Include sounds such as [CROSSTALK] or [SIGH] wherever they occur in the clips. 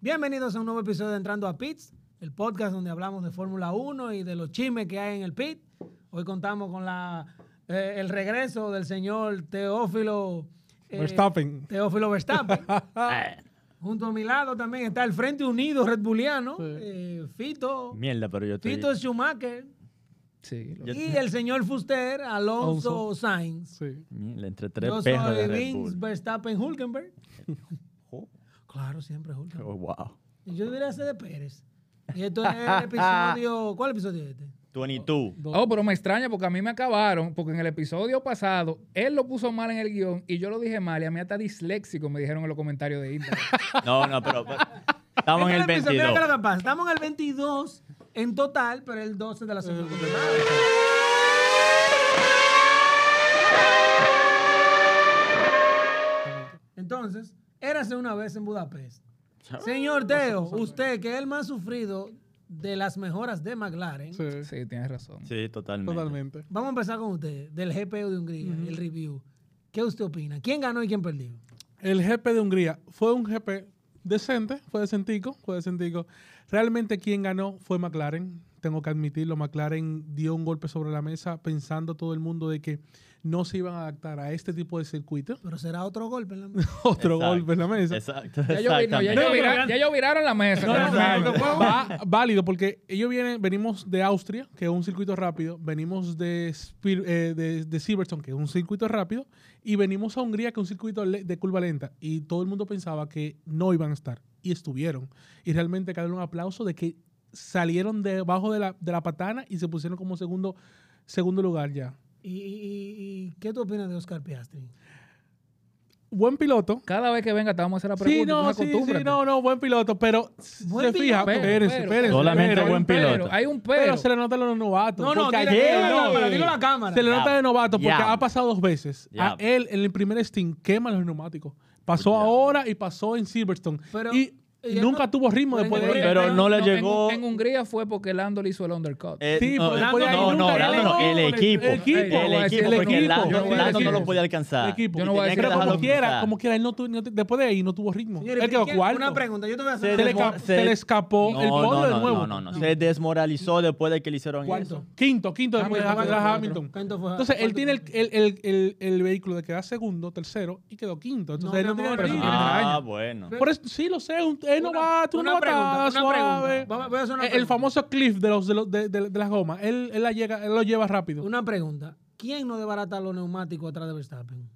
Bienvenidos a un nuevo episodio de Entrando a Pits, el podcast donde hablamos de Fórmula 1 y de los chismes que hay en el pit. Hoy contamos con la, eh, el regreso del señor Teófilo eh, Verstappen. Teófilo [LAUGHS] Verstappen. Eh, Junto a mi lado también está el Frente Unido Red Bulliano, eh, Fito, Mierda, pero yo estoy. Fito Schumacher Sí, lo- y el señor Fuster Alonso Alonso. Sainz. sí. Mierda, entre tres Yo soy perros de Red Vince Bull. Verstappen Hulkenberg. [LAUGHS] Oh, Claro, siempre Hulkenberg. oh, wow. Y Yo diría ser de Pérez. Y esto es el [LAUGHS] episodio. ¿Cuál episodio es este? 22. Oh, pero me extraña porque a mí me acabaron, porque en el episodio pasado él lo puso mal en el guión y yo lo dije mal y a mí hasta disléxico me dijeron en los comentarios de Instagram. No, no, pero. pero- Estamos en el Este es episodio, mira 22. qué es lo que pasa. Estamos en el 22 en total, pero el 12 de la Eh. segunda temporada. Entonces, érase una vez en Budapest. Señor Teo, usted que es el más sufrido de las mejoras de McLaren, Sí, sí, tienes razón. Sí, totalmente. totalmente. vamos a empezar con usted, del GPO de Hungría, el review. ¿Qué usted opina? ¿Quién ganó y quién perdió? El GP de Hungría fue un GP decente, fue decentico, fue decentico. Realmente quien ganó fue McLaren, tengo que admitirlo. McLaren dio un golpe sobre la mesa pensando todo el mundo de que no se iban a adaptar a este tipo de circuito. [LAUGHS] Pero será otro golpe en la Otro Exacto, golpe en la mesa. Exacto. Ya yo, vi- no, ya exactamente. yo No, pero vira- gan- ya yo viraron [LAUGHS] la mesa. No, no, cabrón. no, Válido. no, no. Va- válido, porque ellos vienen, venimos de Austria, que es un circuito rápido, venimos de, Spir- eh, de, de Silverstone, que es un circuito rápido, y venimos a Hungría, que es un circuito le- de curva lenta, y todo el mundo pensaba que no iban a estar, y estuvieron. Y realmente cabe un aplauso de que salieron debajo de la, de la patana y se pusieron como segundo, segundo lugar ya. ¿Y, y- y qué tú opinas de Oscar Piastri? Buen piloto. Cada vez que venga te vamos a hacer la Sí, pregunta. no, una sí, sí, no, no, buen piloto, pero Buen se fija, piloto. espérense, espérense, Solamente espérense. buen piloto. hay un Pero, pero. se le nota a los novatos. No, no, porque dile, ayer- dile a la no, eh, cámara, dile a la cámara. Se le nota de novato porque Ya. ha pasado dos veces. Ya. A él, en el primer Steam, quema los neumáticos. Pasó Ya. ahora y pasó en Silverstone. Pero- y y él nunca no- tuvo ritmo pero después en de el ahí. Pero no le en- llegó. En, Hungría fue porque Lando le hizo el undercut. Eh, Sí, pero no, no, después de ahí no, nunca Lando no, llegó. el equipo. El equipo. El equipo, El equipo. porque el Yo Lando, no voy a Lando no decir lo eso. podía El alcanzar. equipo. Y Yo no voy a tenía que Pero dejarlo como quiera, cruzar. como quiera, él no, tu- no- después de ahí no tuvo ritmo. Señores, él quedó ¿quién- este cuarto. Una pregunta, yo te voy a hacer Se le, una esca- pregunta. desmo- se le escapó No, el no, podio no, de nuevo. No, no, no. Se desmoralizó después de que le hicieron Cuarto. eso. Quinto, quinto después de Hamilton Hamilton. fue Hamilton. ¿Cuánto fue? Entonces, él ¿Cuánto tiene el, fue? el, el, el, el vehículo de quedar segundo, tercero y quedó quinto. Entonces, No, él mi no tiene amor, ritmo. no. Ah, bueno. Por eso, sí, lo sé, un- eh, es Una- novato, un una novatada, pregunta, una pregunta. suave. Vamos- voy a hacer una El- el, pregunta. famoso cliff de, los, de, los- de, de- de las gomas, él, él la llega, él lo lleva rápido. Una pregunta. ¿Quién no desbarata los neumáticos atrás de Verstappen?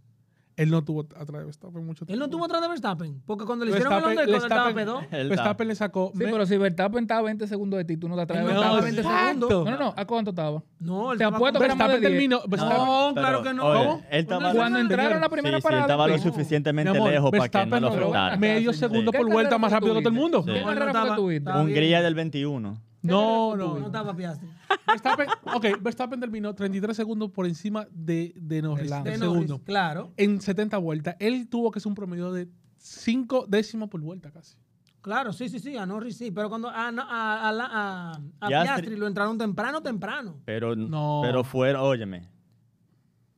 Él no tuvo atrás de Verstappen mucho Él tiempo. no tuvo atrás de Verstappen. Porque cuando le hicieron el Verstappen, undercut, él estaba Verstappen, pedo. Él Verstappen le sacó. sí, pero si Verstappen estaba 20 segundos de ti, tú no te atreves Él a no Verstappen. estaba 20 segundos. No, no, no. ¿A cuánto estaba? No, él Te estaba apuesto con- que era más de Verstappen 10. terminó. Verstappen- No, claro que no. oye, ¿Cómo? Él estaba Una- Cuando entraron a la primera sí, sí, él parada. estaba lo pues, suficientemente Mi amor, lejos para que no Verstappen lo logró afectara. medio Sí. segundo ¿Qué por vuelta carrera más tú rápido que todo el tuviste? mundo. Sí. No, ¿Qué no carrera estaba- fue que tuviste? estaba- Hungría del 21. No, No no. estaba Piastri. Verstappen, ok, Verstappen terminó 33 segundos por encima de, de Norris. Verstappen. De el Norris, segundo. Claro, En 70 vueltas, él tuvo que hacer un promedio de 5 décimas por vuelta casi. claro, sí, sí, sí, a Norris sí. Pero cuando a, a, a, la- a, a Piastri- Piastri lo entraron temprano, temprano. Pero, No. pero fueron, óyeme,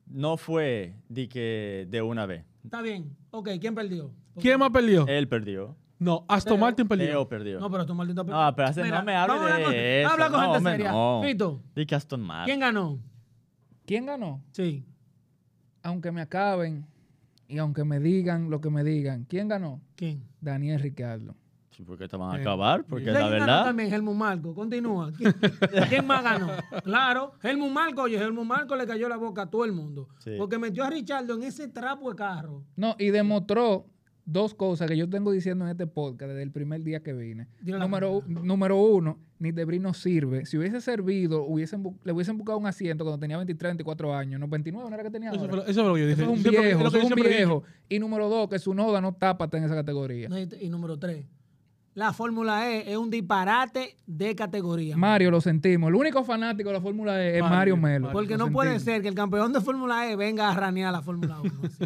no fue de que de una vez. Está bien. Ok, ¿quién perdió? Porque- ¿Quién más perdió? Él perdió. No, Aston Martin perdió. Eh, Leo perdió. No, pero tú maldito. No, pero hace- no me hable vamos a hablar de con- eso. Habla con No, gente hombre, seria. no. Fito, de que Aston Martin. ¿quién ganó? ¿Quién ganó? Sí. Aunque me acaben y aunque me digan lo que me digan, ¿quién ganó? ¿Quién? Daniel Ricardo. Sí, porque te van a Eh, acabar, porque ¿Sabes la quién ganó verdad. también Helmut Marco. Continúa. ¿Quién, [LAUGHS] quién más ganó? Claro, Helmut Marco, oye, Helmut Marco le cayó la boca a todo el mundo. Sí. Porque metió a Richardo en ese trapo de carro. No, y demostró dos cosas que yo tengo diciendo en este podcast desde el primer día que vine. Dile la Número, verdad. número uno, Nitebrí no sirve. Si hubiese servido, hubiesen bu- le hubiesen buscado un asiento cuando tenía 23, 24 años. No, 29 no era que tenía Eso ahora. fue, lo, eso fue lo que yo dije. Eso es un Siempre- viejo, lo que eso yo es un siempre dije. viejo. Y número dos, que su noda no tapa en esa categoría. No, Y, y número tres, la Fórmula E es un disparate de categoría. Mario, lo sentimos. El único fanático de la Fórmula E es Mario, Mario, Melo. porque Lo no puede sentimos. ser que el campeón de Fórmula E venga a ranear la Fórmula 1. así.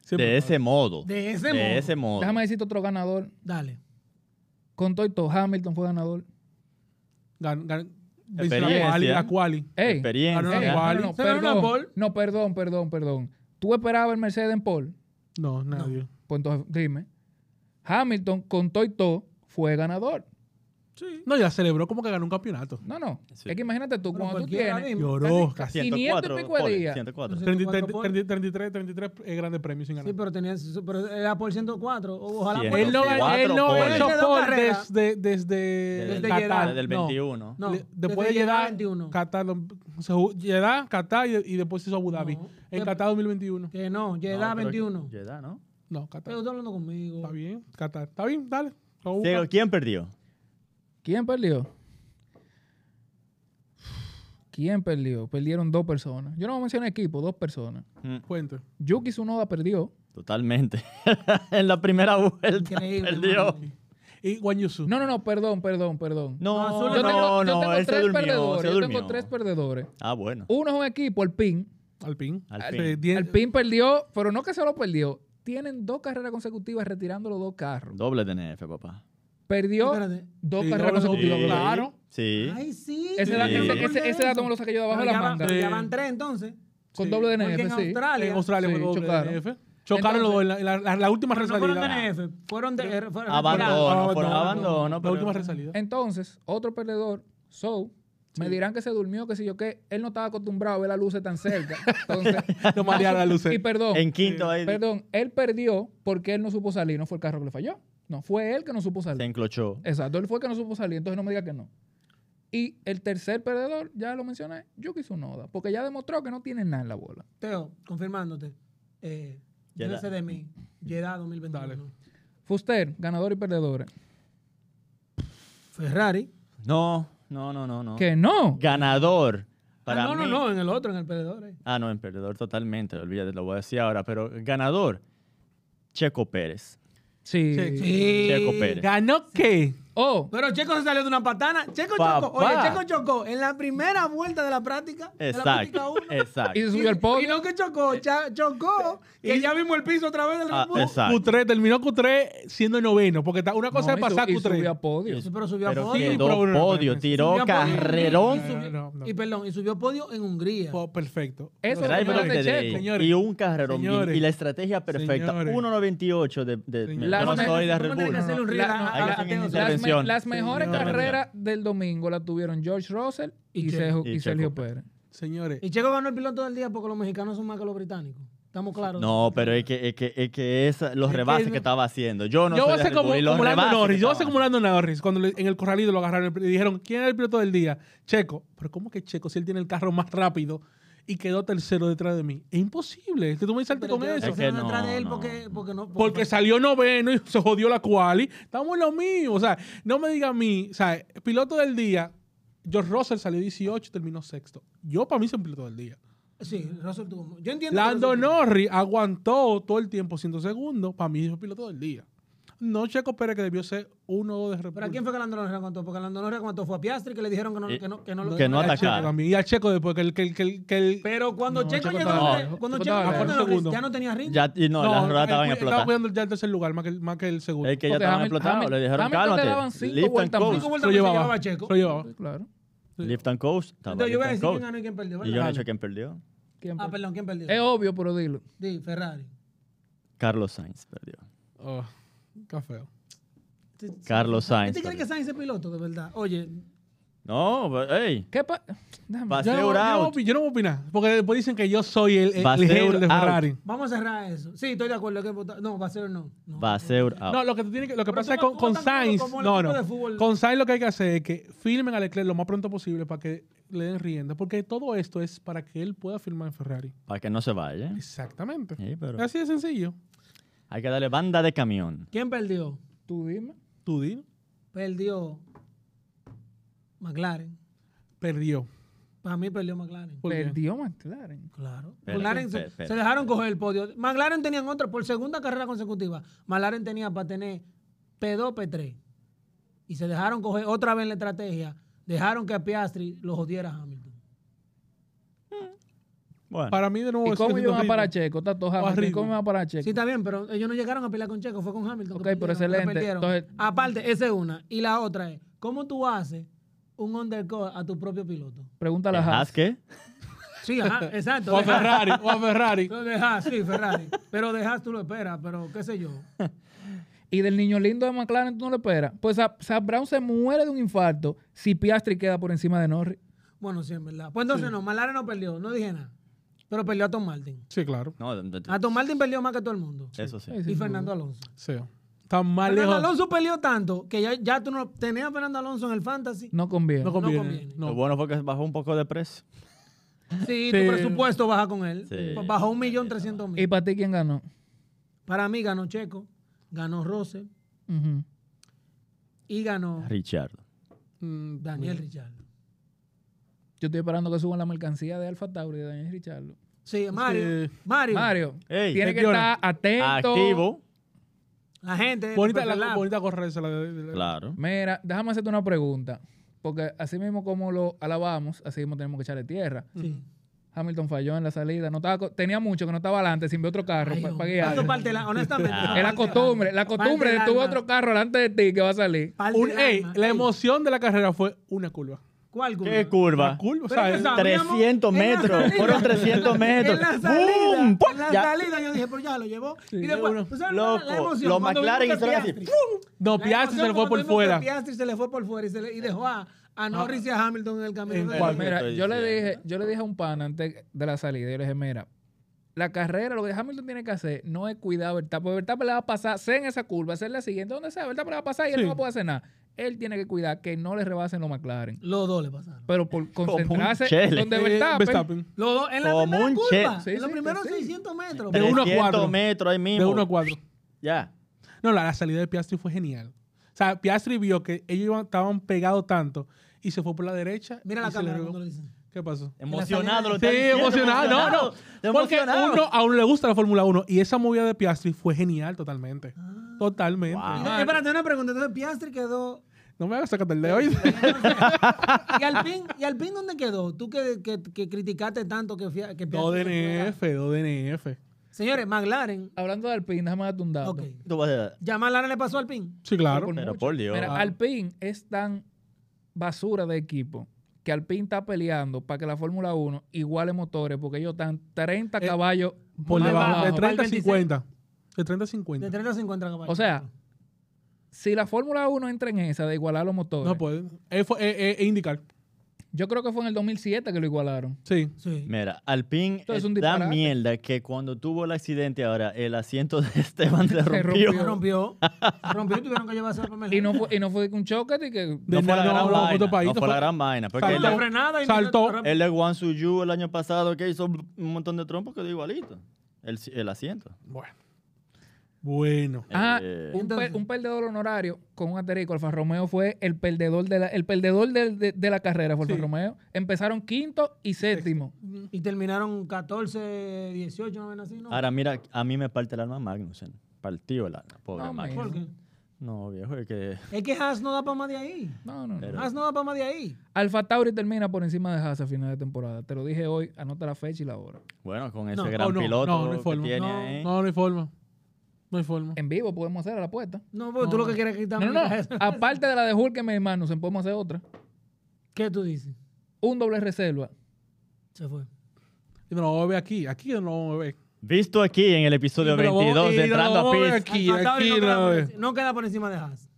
Siempre. de ese modo. De ese modo. ese modo. Déjame decirte otro ganador. Dale. Con todo y todo, Hamilton fue ganador. Gan- gan- Experiencia. la quali, la quali. Ey, Experiencia. ganó ey, la no, no, no, Se ganó una pole. perdón, no, perdón, perdón, perdón. ¿Tú esperabas el Mercedes en Paul? No, nadie. Pues entonces, dime. Hamilton, con todo y todo, fue ganador. Sí. No, ya celebró como que ganó un campeonato. No, no. Sí. Es que imagínate tú, Bueno, cuando tú cualquiera tienes mismo. Lloró casi. 104, y pico de ponle, días. 104. No sé. 30, 104 30, 33, 33 eh, grandes premios sin ganar. Sí, pero tenía, su- pero era por 104. o Ojalá Sí, por él no, Cuatro él no goles. ha hecho Desde dos por carreras. desde, desde, Desde Desde Qatar. Jeddah. Desde el No. 21. No, Le- después de desde Jeddah Jeddah, 21. Qatar, lo- se jugó Jeddah, Qatar y, y después se hizo Abu Dhabi. No. En Dep- Qatar 2021. Que no, No, Jeddah pero- 21. Jeddah, ¿no? No, Qatar. Pero tú hablando conmigo. Está bien, Qatar. Está bien, dale. Lo busca. Pero, ¿Quién perdió? ¿Quién perdió? ¿Quién perdió? Perdieron dos personas. Yo no mencioné equipo, dos personas. Mm, Cuente. Yuki Tsunoda perdió. Totalmente. [LAUGHS] en la primera vuelta Increíble, perdió. mano. Y Guan Yusu. No, no, no, perdón, perdón, perdón. No, No, Azul- no, yo tengo, yo no, tengo él se tres durmió, perdedores. se Yo durmió. tengo tres perdedores. Ah, bueno. Uno es un equipo, el PIN. Alpin. Al Eh, fin. die- El PIN perdió, pero no que solo perdió. Tienen dos carreras consecutivas retirando los dos carros. Doble DNF, papá. Perdió Espérate. dos Sí, carreras doble, consecutivas. Sí. ¿verdad? claro. Sí. Ay, sí. Ese, dato- Sí. ese- ese- ese dato me lo saqué yo de abajo de Pero la ya van- manga. Ya Sí. van tres entonces. Con Sí. doble Porque DNF, en sí. Australia. en Australia Sí, fue doble chocaron. DNF. Chocaron los dos en la, en la- la- la última No fueron resalida. DNF, fueron de. eh, fueron Abandono, Abandono, por abandono. la pero- última resalida. Eh, Entonces, otro perdedor, So, me dirán que se durmió, que si yo qué. Él no estaba acostumbrado a ver las luces tan [LAUGHS] cerca. Entonces, No marearon las luces. Y perdón, En quinto ahí perdón, él perdió porque él no supo salir. No fue el carro que le falló. No, fue él que no supo se salir. enclochó. Exacto, él fue el que no supo salir. Entonces no me diga que no. Y el tercer perdedor, ya lo mencioné, Yuki Tsunoda, porque ya demostró que no tiene nada en la bola. Teo, confirmándote. Eh, Jeddah. llévese de mí. Jeddah 2021. Dale. Fuster, ganador y perdedores. Ferrari. No, no, no, no, no. Que no. Ganador. Para Ah, no, mí- no, no, en el otro, en el perdedor. eh. Ah, no, en perdedor totalmente. Olvídate, lo voy a decir ahora. Pero ganador, Checo Pérez. Sí. Sí. Checo Pérez. ¿Ganó qué? Oh, Pero Checo se salió de una patana. Checo Papá. chocó. Oye, Checo chocó en la primera vuelta de la práctica. de la práctica Exacto, [LAUGHS] uno. y exacto. se subió al Y podio. no que chocó, cha- chocó. Y ya vimos el piso otra vez del Eh, Ah, Red Bull. exacto. Q3, terminó Q3 siendo noveno. Porque ta- una cosa No, es y su- pasar y Q3. subió a podio. Sí, pero subió a Pero podio. sí, quedó pero bueno, podio, bueno, tiró Subió a podio en Hungría carrerón. Y, subió- No, no, no. y perdón, y subió podio en Hungría. Po- Oh, Perfecto. Eso es lo que Driver me of hace the day. Checo. Señores, y un carrerón bien, señores, y la estrategia perfecta. señores. 1.98 de, de Señores. yo no Las- soy de ¿Cómo Red tiene Bull. que hacerle un reel No, no, a- no, a- hay que a hacer Teo? un Las, me- Intervención. las mejores Señor. carreras del domingo las tuvieron George Russell y, Y Sergio, Checo. y Y Sergio Checo. Pérez. Señores, Y Checo ganó el piloto del día porque los mexicanos son más que los británicos. ¿Estamos claros? No, pero es que, es que, es que esa- los Es que rebases que, no- estaba haciendo. Yo no yo voy soy a de ser Red como, Bull, y los como Lando rebases que Norris. Yo voy a ser estaban- como Lando Norris. Cuando le- en el corralito lo agarraron y dijeron, ¿quién era el piloto del día? Checo. Pero ¿cómo que Checo si él tiene el carro más rápido y quedó tercero detrás de mí? Es imposible. Es que tú me saltas Pero con Checo eso. se Es que van detrás no, de él no. porque, porque no. Porque salió noveno y se jodió la quali. Estamos en lo mío. O sea, no me diga a mí. O sea, piloto del día, George Russell salió 18 y terminó sexto. Yo para mí soy un piloto del día. Sí, Russell tuvo. Yo entiendo. que Lando Russell tuvo- Norris aguantó todo el tiempo, 100 segundos. Para mí es un piloto del día. No Checo Pérez, que debió ser uno o dos de Red ¿Pero a Bull. quién fue que Lando Norris aguantó? Porque Lando Norris aguantó fue a Piastri que le dijeron que no, Y- que no, que no lo- Eh, que no Y a atacar. Checo también. Y a Checo después, que el... Que el, que el, que el- Pero cuando No, Checo Checo llegó, estaba- de- cuando Checo Checo estaba llegó de de Norris, segundo. ya no tenía ritmo. Ya, y no, las él ruedas estaban fue- estaba explotadas. cuidando ya el tercer lugar, más que el, más que el segundo. Es que ya Porque estaban Hamilton- explotados. Le dijeron, Hamilton le cálmate. daban cinco lift and vueltas más. coast. Cinco vueltas Lo que se llevaba. llevaba Checo. Lo llevaba. Claro. Lift and coast. Estaba Entonces yo voy a decir lift quién and coast. ganó y quién perdió. Y ¿verdad? yo no Dale. sé quién perdió. ¿Quién Ah, perdió? perdón, ¿quién perdió? Es obvio, pero dilo. Sí, Ferrari. Carlos Sainz perdió. Oh, qué feo. Carlos Sainz. ¿Usted cree que perdió. Sainz es piloto, de verdad? Oye, No, pero, ey. ¿Qué pa- Déjame- Pas- Yo no, voy- yo, no voy a out. opi- yo no voy a opinar, porque después dicen que yo soy el, el, Baseur el hater de out. Ferrari. vamos a cerrar eso. Sí, estoy de acuerdo. hay Que votar. No, va a ser no. no. Baseur out. No, lo que, tú tienes que- lo que Pero pasa es tú tampoco con, con estás jugando Sainz. como el No, equipo de no. fútbol. Con Sainz lo que hay que hacer es que filmen a Leclerc lo más pronto posible para que le den rienda, porque todo esto es para que él pueda firmar en Ferrari. Para que no se vaya. Exactamente. Sí, pero Así de sencillo. hay que darle banda de camión. ¿Quién perdió? Tú dime. Tú di, Perdió McLaren. perdió. Para mí perdió McLaren. ¿Por qué? Perdió McLaren. Claro. Pero, McLaren se, pero, pero. se dejaron coger el podio. McLaren tenían otra por segunda carrera consecutiva. McLaren tenía para tener P2, P3. Y se dejaron coger otra vez en la estrategia. Dejaron que a Piastri lo jodiera Hamilton. Bueno, Para mí, de nuevo, ¿Y Pues, es- cómo es iban a horrible. parar Checo? Está todo Hamilton. Horrible. ¿Cómo iban a parar Checo? Sí, está bien, pero ellos no llegaron a pelear con Checo, fue con Hamilton. que Ok, pero perdieron, que excelente. perdieron. Entonces- Aparte, esa es una. Y la otra es, ¿cómo tú haces un undercut a tu propio piloto? Pregúntale ¿el a Haas. Haas qué? Sí, [LAUGHS] ajá, exacto. O a de Haas. Ferrari, o a Ferrari. Lo de Haas, sí, Ferrari. Pero de Haas tú lo esperas, pero qué sé yo. Y del niño lindo de McLaren tú no lo esperas. Pues Sa- Zach Brown se muere de un infarto si Piastri queda por encima de Norris. Bueno, sí, en verdad. Pues entonces no, Malare no perdió, no dije nada. Pero perdió a Tom Martin. Sí, claro. No, de- de- Ah, A Tom Martin perdió más que todo el mundo. eso sí. eh, Sí, sí. Y Fernando Alonso. Sí. Está mal Fernando lejos. Alonso peleó tanto que ya, ya tú no tenías a Fernando Alonso en el [LAUGHS] fantasy. No conviene. No conviene. No conviene. Lo bueno fue que bajó un poco de precio. Sí, Sí. tu presupuesto baja con él. Pues Sí. Bajó un millón trescientos ¿Y mil. para ti quién ganó? Para mí ganó Checo, ganó Russell Ujú. y ganó Richard. Mm, Daniel Richard. Yo estoy esperando que suban la mercancía de Alfa Tauri de Daniel Richardo. Sí, Mario. Sí. Mario. Mario, Ey, tiene que Jonah, estar atento. Activo. La gente. Bonita, Pepe la, Lab. bonita correrse la de- de- de- Claro. Mira, déjame hacerte una pregunta. Porque así mismo como lo alabamos, así mismo tenemos que echarle tierra. Sí. Hamilton falló en la salida. No estaba, co- tenía mucho que no estaba adelante sin ver otro carro Ay, para hombre. Eso parte de la- honestamente. eso Ah, Es la parte de costumbre, la costumbre de parte del tuve alma. otro carro delante de ti que va a salir. Ah, Parte Un- del ey, alma. la Ey, emoción de la carrera fue una curva. ¿Cuál curva? ¿Qué curva? Una curva, o Pero sea, es que es- sabíamos, 300 en la metros, salida, fueron 300 en la- metros. En la salida, ¡Bum! ¡Pum! en la Ya. salida yo dije, pero ya lo llevó. y uno. después, ¿tú sabes Loco, la emoción? los Cuando McLaren vimos que hicieron así, Piastri- no, La Piastri se emoción le fue cuando por vimos que fuera. Piastri se le fue por fuera y, se le- y dejó a, a Norris y a Hamilton en el camino. En En el- cual- Pues Mira, estoy yo le diciendo. dije, yo le dije a un pan antes de la salida, yo le dije, mira, la carrera, lo que Hamilton tiene que hacer no es cuidar a Verstappen, porque Verstappen le va a pasar, sea en esa curva, sea en la siguiente, donde sea, Verstappen le va a pasar y él Sí. no va a poder hacer nada. Él tiene que cuidar que no le rebasen los McLaren. Los dos le pasaron. [LAUGHS] Pero por un concentrarse chele. donde Eh, Verstappen, Los dos en la Como primera un curva. che- Sí, en los sí, primeros sí. 600 metros. De uno a 300 cuatro. metros ahí mismo. de 1 a 4. Ya. No, la, la salida de Piastri fue genial. O sea, Piastri vio que ellos iban- estaban pegados tanto y se fue por la derecha. Mira la y se le cámara regó. cuando lo dicen. ¿Qué pasó? Emocionado. lo Sí, está diciendo, emocionado. No, no. Está Porque emocionado. uno aún le gusta la Fórmula 1 y esa movida de Piastri fue genial totalmente. Ah. Totalmente. Y Wow. no- espérate, una pregunta. Entonces Piastri quedó... No me hagas sacar el de hoy. [LAUGHS] ¿Y Alpín, ¿y Alpín dónde quedó? Tú que, que, que criticaste tanto que, fia- que Do Piastri no fuera. DNF, do DNF. Señores, McLaren. hablando de Alpine, déjame darte un dato. Ok. Tú vas a- Ya McLaren le pasó a Alpín. Sí, claro. Pero mucho. por Dios. Mira, Ah. Alpine es tan basura de equipo que Alpine está peleando para que la Fórmula 1 iguale motores porque ellos están 30 Eh, caballos Por Va- debajo. va- De va al 30 a 26. 50. De 30 a De 50. 30 a 50 caballos. O sea, si la Fórmula 1 entra en esa de igualar los motores, No pueden. Es indicar. yo creo que fue en el 2007 que lo igualaron. Sí. Sí. Mira, Alpine Esto es es un da disparate. mierda que cuando tuvo el accidente ahora, el asiento de [LAUGHS] Esteban se rompió. Se rompió. rompió. Se rompió y tuvieron que llevarse a Pamela. Y no fue, y no fue un choque de que... De No fue la no, gran no, vaina. otro país, no no fue la fue- gran vaina. Porque Saltó. el la de- frenada. y- Saltó. el de Juan Suyu el año pasado que hizo un montón de trompos quedó igualito. El, el asiento. Bueno. Bueno. Ah, Eh, un, Entonces- per- un perdedor honorario con un asterisco. Alfa Romeo fue el perdedor de la, el perdedor del- de, de la carrera. Fue Alfa Sí. Romeo. Empezaron quinto y séptimo. Y terminaron 14, 18, no ven así, uh. ¿no? Ahora, mira, a mí me parte el alma Magnussen. Partió el alma, pobre No, Magnussen. ¿Por qué? No, viejo, es que... Es que Haas no da para más de ahí. No, no, no. Pero- Haas no da para más de ahí. Alfa Tauri termina por encima de Haas a final de temporada. Te lo dije hoy, anota la fecha y la hora. Bueno, con ese No, gran oh, no, piloto no, no hay que forma. tiene No, ahí. No, no hay forma. No hay forma. En vivo podemos hacer la apuesta. No, porque tú No. lo que quieres es quitarme No, no, no. [LAUGHS] eso. Aparte de la de Hulkenberg y Magnussen, podemos hacer otra. ¿Qué tú dices? Un doble reserva. Se fue. Y no lo voy a ver aquí. Aquí no lo vamos a ver. Visto aquí en el episodio Y me lo voy- 22 y de Entrando lo a voy a Pits, ver Aquí, Alfa Tauri aquí, no, queda no, por eh. enci- no queda por encima de Haas.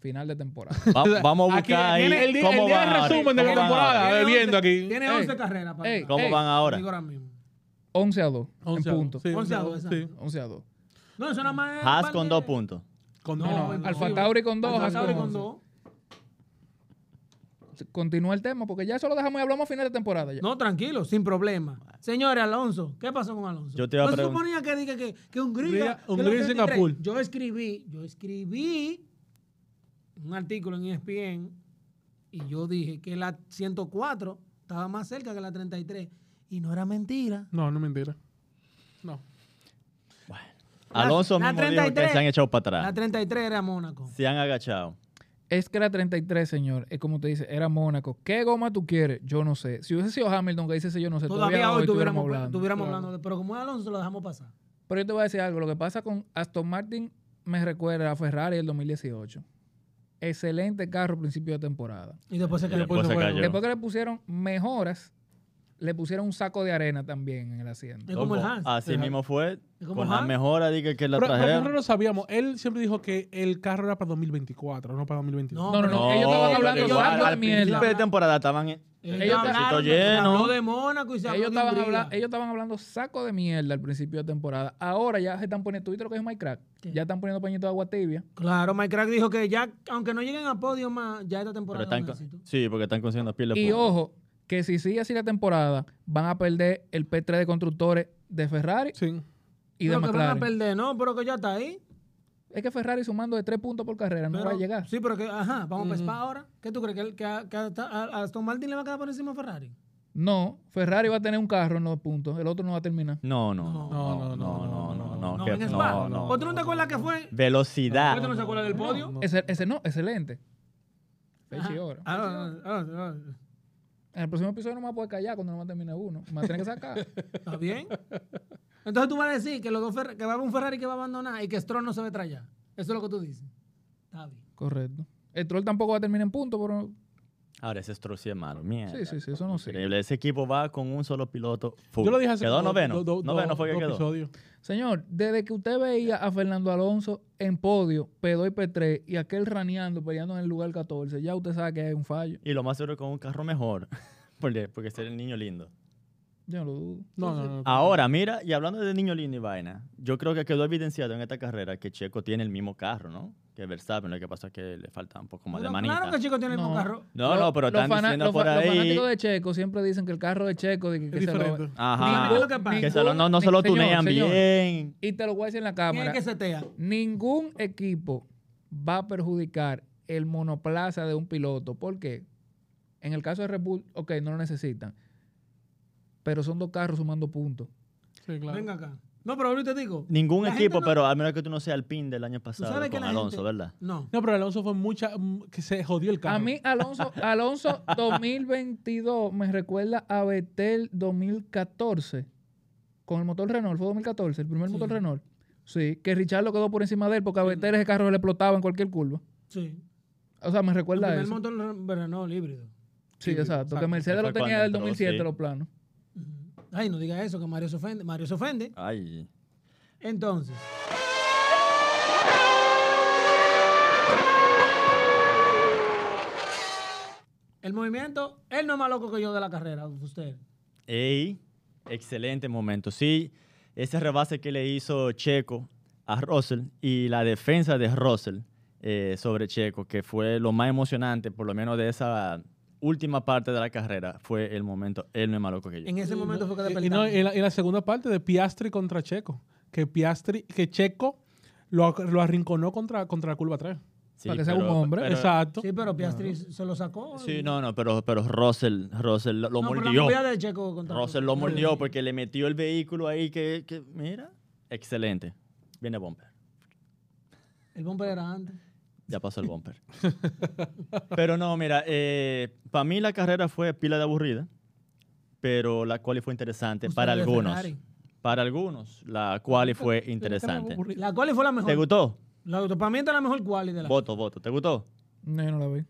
Final [LAUGHS] de temporada. va- vamos a Aquí, buscar ahí viene el día- cómo el día van de ahora, resumen de la cómo van ahora. temporada. Ah, Tiene 11 viendo aquí. Tiene Ey. 11 carreras para Ey, atrás. ¿Cómo Ey, van ahora? Digo ahora mismo. 11 a 2. En 11 a 2, punto. sí, 11 a no, 2, sí. 11 a 2. No, eso nada más es Haas parte con de- dos puntos. Con No, dos. no, Alfa Tauri con dos, Alfa Haas Tauri con con once. dos. Continúa el tema, porque ya eso lo dejamos y hablamos a final de temporada. Ya. No, tranquilo, sin problema. Señores, Alonso, ¿qué pasó con Alonso? Yo te iba a No se preguntar. suponía que dije que, que Hungría. que Hungría- los Hungría y 33. Singapur. Yo escribí, yo escribí un artículo en E ESPN y yo dije que la 104 estaba más cerca que la 33. Y no era mentira. No, no mentira. No. La- Alonso la mismo dijo que 33. se han echado para La atrás. 33 era Mónaco. Ah. Se han agachado. Es que era 33, señor. Es como te dice, era Mónaco. ¿Qué goma tú quieres? Yo no sé. Si hubiese sido Hamilton que dice ese yo no sé, Todavía, hoy tuviéramos, hablando. tuviéramos claro. hablando de- Pero como es Alonso, lo dejamos pasar. Pero yo te voy a decir algo. Lo que pasa con Aston Martin me recuerda a Ferrari del 2018. Excelente carro principio de temporada. Y después se Y cayó. después pues, se bueno. cayó. Después que le pusieron mejoras, le pusieron un saco de arena también en el asiento. Es como el Loco, Hans. Así Ajá. mismo fue. Es como Con la Hans. mejora dije que la Pero, pero nosotros trajeron. lo sabíamos. Él siempre dijo que el carro era para 2024, no para 2022. No, no, no. No, ellos estaban hablando igual, tanto de al principio de mierda. temporada estaban en- Ellos Ellos hablaron, estaban- habló de Mónaco y se Ellos habló de estaban, Hungría. habla- ellos estaban hablando saco de mierda al principio de temporada. Ahora ya se están poniendo, tú viste lo que es Minecraft. ¿Qué? Ya están poniendo pañito de agua tibia. Claro, Mike Crack dijo que ya, aunque no lleguen a podio más, ya esta pero temporada. están no con- necesito. sí, porque están consiguiendo piel de Y puntos. ojo, que si sigue así la temporada, van a perder el P3 de constructores de Ferrari Sí. y de Pero que van a McLaren. perder, no, pero que ya está ahí. Es que Ferrari sumando de tres puntos por carrera no Pero- va a llegar. Sí, pero que, ajá, vamos para Spa ahora. ¿Qué tú crees? ¿Que, el- que, a- que hasta- a, Aston Martin le va a quedar por encima a Ferrari? No, Ferrari va a tener un carro en los puntos, el otro no va a terminar. No, no, No, no, no, no, no, no, no, no, No, que- en Spa. no, no. ¿O tú no te acuerdas que fue? Velocidad. ¿Tú no se acuerdas del podio? No. Ese, ese no, excelente. Ajá. Fecha y hora. Ah, no, no, no, no. En el próximo episodio no me voy a poder callar cuando no me termine uno. Me va a tener [LAUGHS] que sacar. ¿Está bien? Entonces tú vas a decir que, los dos Ferra- que va a haber un Ferrari que va a abandonar y que Stroll no se va a trallar. Eso es lo que tú dices. Está bien. Correcto. El troll tampoco va a terminar en punto, pero. Ahora ese Stroll sí es malo, mierda. Sí, sí, sí, eso no sé. Increíble. Ese equipo va con un solo piloto. full. Yo lo dije hace Quedó como noveno. do- do- noveno fue que dos quedó. episodios. Señor, desde que usted veía a Fernando Alonso en podio, P2 y P3, y aquel raneando, peleando en el lugar 14, ya usted sabe que hay un fallo. Y lo más seguro es con un carro mejor. [LAUGHS] porque, porque ser el niño lindo. Yo no lo dudo. No, no, no. Ahora, mira, y hablando de niño lindo y vaina, yo creo que quedó evidenciado en esta carrera que Checo tiene el mismo carro, ¿no? Que Verstappen. Lo que pasa es que le falta un poco más de Pero manita. Claro que el chico tiene el No. mismo carro. No, no, pero están fana- diciendo los fa- por Los ahí. fanáticos de Checo siempre dicen que el carro de Checo de que, Es se lo- diferente. Ajá. Mira lo que pasa. Que se lo- no, no se lo Señor, tunean señor. bien. Y te lo voy a decir en la ¿Quién cámara. es que setea? Ningún equipo va a perjudicar el monoplaza de un piloto. ¿Por qué? En el caso de Red Bull, ok, no lo necesitan. Pero son dos carros sumando puntos. Sí, claro. Venga acá. No, pero ahorita te digo. Ningún La gente equipo, no- pero al menos que tú no seas el pin del año Tú pasado sabes que con la Alonso, gente- ¿verdad? No. No, pero Alonso fue mucha. mm, que se jodió el carro. A mí, [LAUGHS] Alonso, Alonso 2022 me recuerda a Betel 2014. Con el motor Renault, fue 2014, el primer motor Sí. Renault. Sí, que Richard lo quedó por encima de él porque a Betel ese carro le explotaba en cualquier curva. Sí. O sea, me El recuerda a primer eso. motor Renault híbrido. Sí, exacto. Que Mercedes Fue lo tenía cuando del entró, 2007 sí. los planos. Ujú. Ay, no diga eso, que Mario se ofende. Mario se ofende. Ay. Entonces. El movimiento, él no es más loco que yo de la carrera, usted. Ey, excelente momento. Sí, ese rebase que le hizo Checo a Russell y la defensa de Russell eh, sobre Checo, que fue lo más emocionante, por lo menos de esa última parte de la carrera, fue el momento él no es más loco que yo. En ese momento fue que Y no, despertamos. en, la, en la segunda parte de Piastri contra Checo. Que Piastri, que Checo lo, ac- lo arrinconó contra, contra la curva 3. Sí, para que sea un hombre, pero- Exacto. Sí, pero Piastri se lo sacó. Sí, no, no, pero, pero Russell, Russell lo, lo No, por la moldeó. movida de Checo contra Russell lo moldeó porque le metió el vehículo ahí que, que- mira, excelente. Viene bumper. El bumper era antes. Ya pasó el bumper. pero no, mira, para mí la carrera fue pila de aburrida, pero la quali fue interesante Usted para de algunos. Ferrari. Para algunos, la quali fue interesante. La quali fue la mejor. ¿Te gustó? La, para mí esta es la mejor quali de la Voto, voto. ¿Te gustó? No, yo no la vi.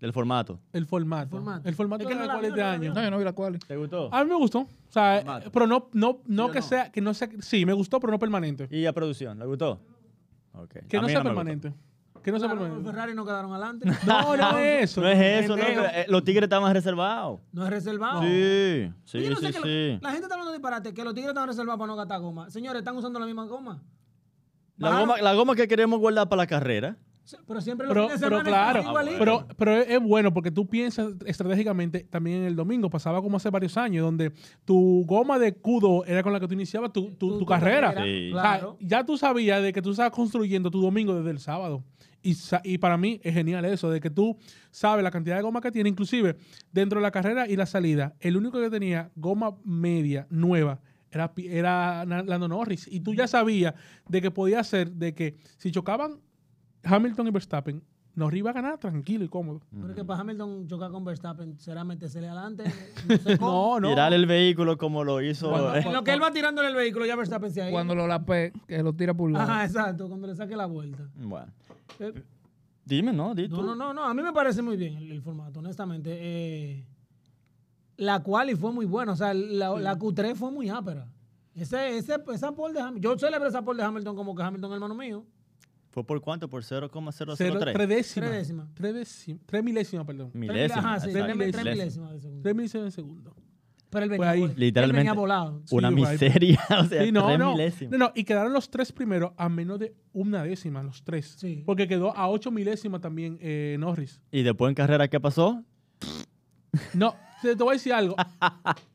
Del formato. El formato. El Formato. formato, Es que de no la la cual vio, es de no la año. vio. No, yo no vi la cual. ¿Te gustó? A mí me gustó. O sea, eh, Formato. pero no, no, no o que no? sea, que no sea, sí, me gustó, pero no permanente. ¿Y a producción? ¿Le gustó? Okay. Que A no mí sea me gustó. permanente. Que no sea Claro, los permanente. Ferrari no quedaron adelante. No, no es eso. No es eso, no, pendejo. eh, los tigres estaban reservados. No es reservado. Sí, Pues Yo sí, no sé sí, que sí. La, la gente está hablando de disparate, que los tigres están reservados para no gastar goma. Señores, están usando la misma goma. La Bajaron- goma, la goma que queremos guardar para la carrera. se- Pero siempre los Pero, fines de pero semana están claro, igualitos. pero, pero es es bueno porque tú piensas estratégicamente también en el domingo. Pasaba como hace varios años, donde tu goma de cudo era con la que tú iniciabas tu, tu- tu carrera. Sí. O sea, Claro. Ah, ya tú sabías de que tú estabas construyendo tu domingo desde el sábado. Y, sa- y para mí es genial eso, de que tú sabes la cantidad de goma que tiene. Inclusive, dentro de la carrera y la salida, el único que tenía goma media, nueva, era, Pi- era Na- Lando Norris. Y tú ya sabías de que podía ser de que si chocaban Hamilton y Verstappen, Norris iba a ganar tranquilo y cómodo. Pero es que para Hamilton chocar con Verstappen será metérsele adelante. No, [LAUGHS] sé cómo. No, no. Tirar el vehículo como lo hizo. Cuando- eh, En lo que él va tirándole el vehículo, ya Verstappen se ahí. Cuando lo lapé, que lo tira por un lado. Ajá, exacto, cuando le saque la vuelta. Bueno. Eh, Dime, ¿no? Di No, tú. no, no, no, a mí me parece muy bien el, el formato, honestamente. Eh, la quali fue muy buena. O sea, la, la Q3 fue muy ápera. Ese, ese, esa pole de Hamilton. Yo celebro esa pole de Hamilton como que Hamilton es hermano mío. ¿Fue por cuánto? ¿Por 0,003? Cero- tres décimas. Tres décimas. Tres décimas. Tres milésimas, perdón. Milésima, Ajá, sí, exacto, tres mil- tres milésima. milésimas de segundo. Tres milésimas de segundo. Pero él venía, Pues ahí, vol- él literalmente- venía volado. Sí, Una yo, ahí- miseria. [LAUGHS] O sea, Sí, no, tres no. milésimas. No, no, y quedaron los tres primeros a menos de una décima, los tres. Sí. Porque quedó a ocho milésimas también eh, Norris. Y después en carrera, ¿qué pasó? No, te, te voy a decir [LAUGHS] algo.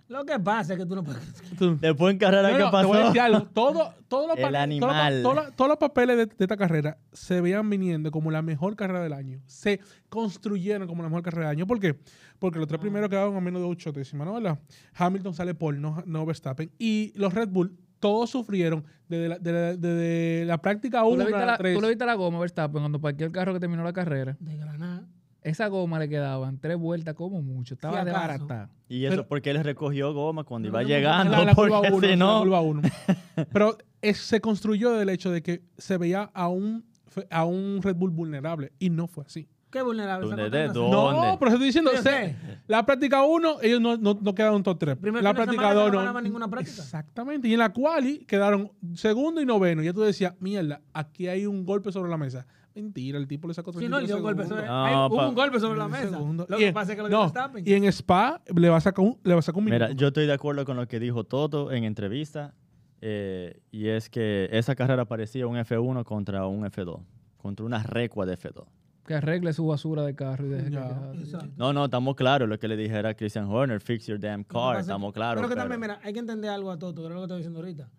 Lo que pasa es que tú no puedes. [LAUGHS] Tú- Después en carrera, No, ¿qué no, Te pasó? voy a decir algo. Todo, todos los [LAUGHS] El papeles- todos los- animal. todos los- todos los papeles de, de esta carrera se veían viniendo como la mejor carrera del año. Se construyeron como la mejor carrera del año. ¿Por qué? Porque Ah. los tres primeros quedaron a menos de ocho décimas, ¿no? ¿Verdad? Hamilton sale Paul, no, no Verstappen. Y los Red Bull, todos sufrieron desde la, de la- desde la práctica ¿Tú 1 le, a viste la, la tú 3. le viste la goma, Verstappen, cuando parqueó el carro que terminó la carrera. De Granada. Esa goma le quedaban tres vueltas como mucho. Estaba Si de acaso. barata. [LAUGHS] Y eso Pero- porque él recogió goma cuando iba No, no, Ah, no, llegando. la- la curva porque uno, si la no. curva uno. [LAUGHS] Pero es- se construyó del hecho de que se veía a un, a un Red Bull vulnerable y no fue así. Qué vulnerable. Tú esa de- contra- de- tú- ¿Dónde? No, pero estoy diciendo, Yo [LAUGHS] se- sé. la práctica 1, ellos no, no, no quedaron top 3. Primer La fin de práctica semana que 2 no no. ganaban ninguna práctica. Exactamente. Y en la quali quedaron segundo y noveno. Y ya tú decías, mierda, aquí hay un golpe sobre la mesa. Mentira, el tipo le sacó Sí, no, él dio un golpe sobre, No, hay- hubo pa- un golpe sobre la mesa. Segundo. Lo Y que en- pasa es que lo dio no, Verstappen. y en Spa le va a sacar un, le va a sacar un Mira, minuto. yo estoy de acuerdo con lo que dijo Toto en entrevista. eh, y es que esa carrera parecía un F1 contra un F2. Contra una recua de F2. Que arregle su basura de carro y deje que- Ya. que- Exacto. No, no, estamos claros. Lo que le dije era a Christian Horner, fix your damn Lo que car. pasa- Estamos claros. Pero que pero- también, mira, hay que entender algo a Toto, era lo que estoy diciendo ahorita.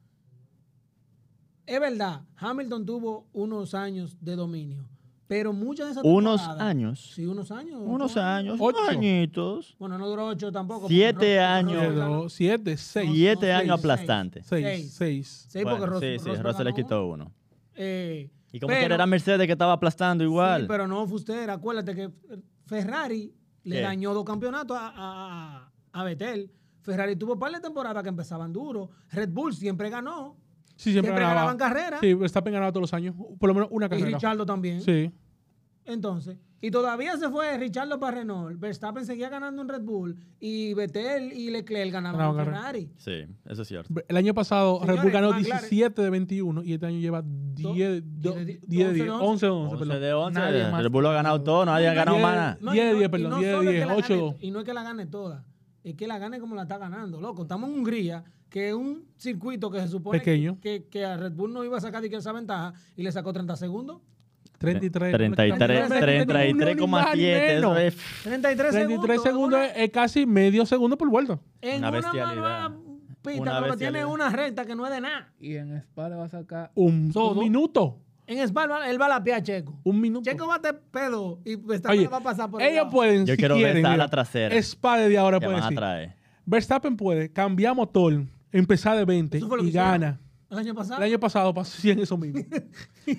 Es verdad, Hamilton tuvo unos años de dominio, pero muchas de esas unos temporadas- años. Sí, unos años. Unos ocho años. Ocho. años. Bueno, no duró ocho tampoco. Siete porque Ro- años. Russell ganó- Quedó 7, 6. Siete no, seis, años este aplastante. seis. 6, 6. Sí, Bueno, porque Ros- sí, sí, Russell le ganó quitó uno. uno. Eh, Y como pero- que era Mercedes que estaba aplastando igual. Sí, pero no fue usted. Acuérdate que Ferrari le ¿Qué? dañó dos campeonatos a, a, a Betel. Ferrari tuvo un par de temporadas que empezaban duro. Red Bull siempre ganó. Sí, siempre, Siempre ganaba. ganaban carreras. Sí, Verstappen ganaba todos los años. Por lo menos una Y carrera. Richardo también. Sí. Entonces, y todavía se fue Richardo para Renault. Verstappen seguía ganando en Red Bull. Y Betel y Leclerc ganaban Ganaban en carrera. Ferrari. Sí, eso es cierto. El año pasado Señores, Red Bull ganó McLaren- 17 de 21 y este año lleva 10 Do- 10 diez de- once de 10 once. 10 11 11 11 perdón. de 11. Nadie más. Red Bull lo ha ganado todo. Nadie ha ganado Diez- más. No, y 10 de no- 10 y perdón, no 10 de solo es que 10, la 8 gane- 2. Y no es que la gane toda. Es que la gane como la está ganando, loco. Estamos en Hungría, que es un circuito que se supone Pequeño. Que, que a Red Bull no iba a sacar ni que esa ventaja y le sacó 30 segundos. 33 33, 33,7. Eso es. 33, 33 segundos en es- es casi medio segundo por vuelta. en Una una bestialidad. mala pista, Una pero que tiene bestialidad. una recta que no es de nada. Y en Spa le va a sacar Un, Todo. un minuto, En Spa él va- él va a la pie a Checo. un minuto. Checo va a tener pedo y Verstappen Oye, le va a pasar por el ellos lado. pueden Yo si quiero ver quieren, esa mira, ala trasera. Spa desde ahora que puede van a decir. traer. Verstappen puede cambiar motor, empezar de 20 Eso fue lo que y hicieron. gana. El año pasado. El año pasado pasó 100 eso mismo.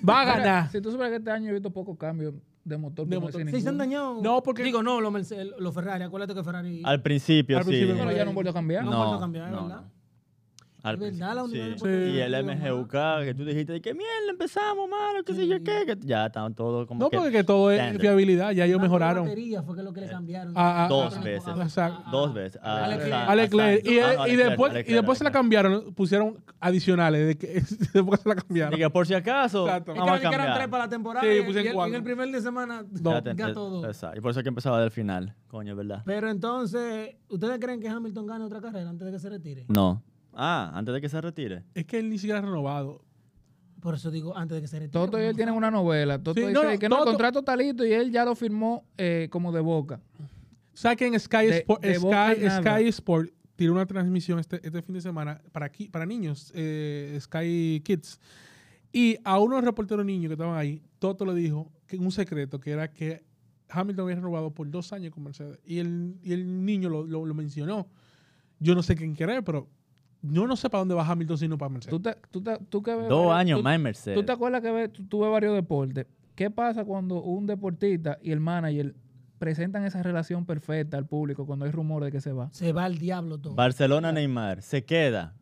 Va a Mira, ganar. Si tú supieras que este año he visto pocos cambios de motor. De por no motor. decir Sí, se han ninguno. dañado. No, porque- Digo, no, los Mercedes- los Ferrari. Acuérdate que Ferrari. Al principio, Al sí. principio, Pero ya no han vuelto a cambiar. No. han vuelto a cambiar, ¿verdad? Al Es verdad, la principio, unidad sí. de potencia Y el de Dios, MGUK, que tú dijiste de que mierda, empezamos, mano, qué sé yo qué. que ya estaban todos como. No, que porque que todo es standard. fiabilidad, ya ellos La mejoraron. Ah, batería fue que lo que le cambiaron. A- a- ah, Dos a- veces. o sea, Dos veces. A, Alex a- Leclerc. a a Leclerc. Sainz. Y, Ah, no, a y Leclerc, después, a Leclerc, y después se la a Leclerc. cambiaron, pusieron adicionales. De que, [LAUGHS] después se la cambiaron. Y que por si acaso, Exacto. Es que vamos a ahora que eran tres cambiar. para la temporada Sí, y, pusieron y el- cuatro. en el primer de semana No. Ya te- [LAUGHS] ya todo. Exacto. Y por eso es que empezaba del final, coño, ¿verdad? Pero entonces, ¿ustedes creen que Hamilton gane otra carrera antes de que se retire? No. Ah, antes de que se retire. Es que él ni siquiera ha renovado. Mm. Por eso digo, antes de que se retire. Toto y él porque tienen no- una novela. Toto Sí, dice no, no, que no, el Toto- contrato está listo y él ya lo firmó eh, como de boca. Saquen Sky, De- Sport, de boca Sky, nada. Sky Sport. Tiró una transmisión este, este fin de semana para, aquí, para niños, eh, Sky Kids. Y a unos reporteros niños que estaban ahí, Toto le dijo que un secreto que era que Hamilton había renovado por dos años con Mercedes. Y el, y el niño lo, lo- lo mencionó. Yo no sé quién quiere, pero yo no sé para dónde va Hamilton sino para Mercedes. Tú, te- tú te- tú que ves Dos varios- años tú- más en ¿Tú Mercedes. te acuerdas que ve- tú, tú ves varios deportes? ¿Qué pasa cuando un deportista y el manager presentan esa relación perfecta al público cuando hay rumor de que se va? Se va al diablo todo. Barcelona, Neymar, se queda.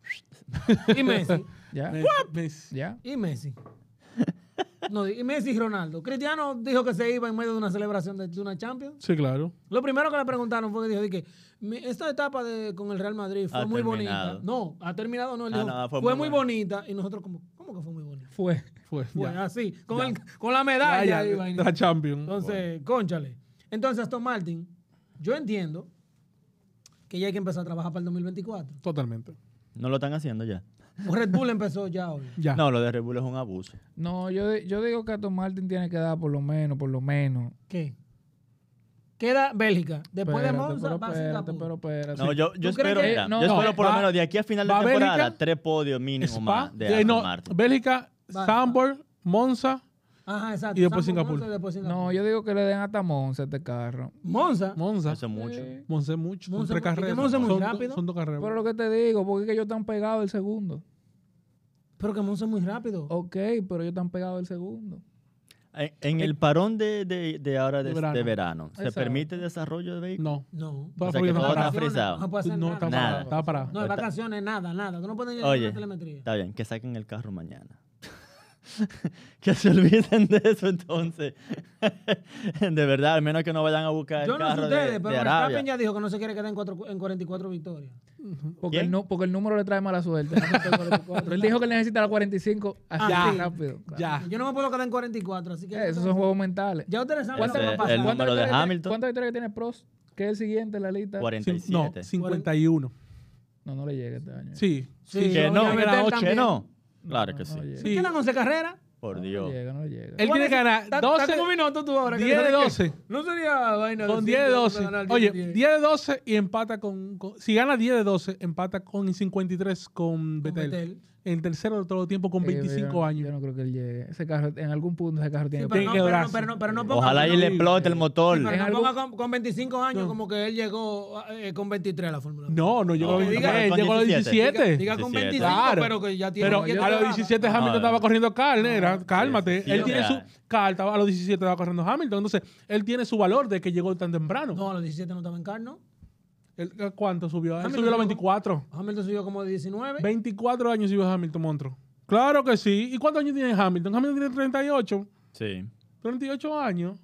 [LAUGHS] Y Messi. ¿Ya? Me- me- ¿Ya? Y Messi. No, y Messi y Ronaldo. Cristiano dijo que se iba en medio de una celebración de, de una Champions. Sí, claro. Lo primero que le preguntaron fue que dijo, di que "Mi- esta etapa de, con el Real Madrid fue Ha muy terminado. bonita. No, ha terminado, no, él Ah, dijo, no, fue, fue muy muy buena". bonita. Y nosotros como, ¿cómo que fue muy bonita? Fue. Fue. Fue ya. así, con, el- con la medalla. Ya, ya, y [LAUGHS] vaina. la Champions. Entonces, conchale. Entonces, Aston Martin, yo entiendo que ya hay que empezar a trabajar para el 2024. Totalmente. No lo están haciendo ya. Pues Red Bull empezó ya hoy. Ya. No, lo de Red Bull es un abuso. No, yo, di- yo digo que Aston Martin tiene que dar por lo menos, por lo menos. ¿Qué? Queda Bélgica. Después de Espérate, Monza, pero va a espérate, Singapur. pero espérate. No, yo, yo ¿Tú crees espero, que- mira, no, yo no, espero por lo va- menos de aquí a final de va Bélgica, temporada tres podios mínimo Spa. más de eh, Aston no, Martin. Bélgica, Vale, Sambor, Monza. Ajá, exacto. Y después Sambo, Singapur. Monza y después Singapur. No, yo digo que le den hasta Monza a este carro. Monza. Monza. Eso es mucho. Eh, Monza es mucho. Son Monza es mu- y tres que carreras. Monza es muy Son do- rápido. Son dos carreras. Pero lo que te digo, porque es que ellos están pegados el segundo. Pero que Monza es muy rápido. Ok, pero ellos están pegados el segundo. En, Eh, Eh, en el parón de, de- de ahora de de De verano, verano. ¿se Exacto. permite desarrollo de vehículos? No. No. Toda O la sea, familia que todo está está parada. frisado. No puede hacer No, nada. estaba Nada. parada. Estaba parada. No, de Está- vacaciones, nada, nada. Tú no puedes ir a Oye, la telemetría. está bien, que saquen el carro mañana. [LAUGHS] que se olviden de eso entonces. [LAUGHS] de verdad, al menos que no vayan a buscar Yo el no sé carro ustedes, de, pero de Verstappen Arabia. ya dijo que no se quiere quedar en, cuatro- en 44 [LAUGHS] victorias. Porque ¿Quién? el, nu- porque el número le trae mala suerte. [LAUGHS] Él dijo que necesita la 45 así Ah, de rápido. claro. Ya. Yo no me puedo quedar en 44, así que... Eh, esos son juegos mentales. Ya ustedes saben lo ¿Cuánto- que va a el pasar. número de victorias tiene- Hamilton? ¿Cuántas victorias tiene Prost? Que es el siguiente en la lista. Cin- 47. No, 51. No, no le llega este año. Sí. Sí, Que yo- no, yo me era meto 8, también. no. Claro No, que no sí. llega. Sí. ¿Quedan 11 carreras? Por No Dios. le llega, no le llega. Él tiene que ganar Está- está 12. como minuto tú ahora, que 10 de tienes que- 12. No sería vaina Con 10 siempre de vamos a 12. ganar Oye, 10. 10 de 12 y empata con, con- Si gana 10 de 12, empata con 53 con Betel. Vettel. En tercero de todo el tiempo con Eh, pero 25 yo no- años. Yo no creo que él llegue. Ese carro, en algún punto ese carro Sí, tiene pero, no, que pero, no, quebrarse. pero no- pero no ponga- Ojalá y pero le no- explote el motor. Sí, pero En no algo- ponga con, con 25 años como que él llegó eh, con 23 a la Fórmula 1. No, no llegó a Ok, los diga- 23, con llegó a eh, los 17. 17. Diga con 17. 25, Claro. pero que ya tiene... Pero ya a tiene los edad. 17 Hamilton No, estaba no. corriendo Carl, nera, cálmate. sí, él o tiene sea. su Carl estaba- a los 17 estaba corriendo Hamilton, entonces él tiene su valor de que llegó tan temprano. No, a los 17 no estaba en Carno. Él- eh, ¿Cuánto subió? Él Hamilton subió a los llegó- 24. Hamilton subió como de 19. 24 años subió Hamilton, monstruo. Claro que sí. ¿Y cuántos años tiene Hamilton? Hamilton tiene 38, Sí. 38 años.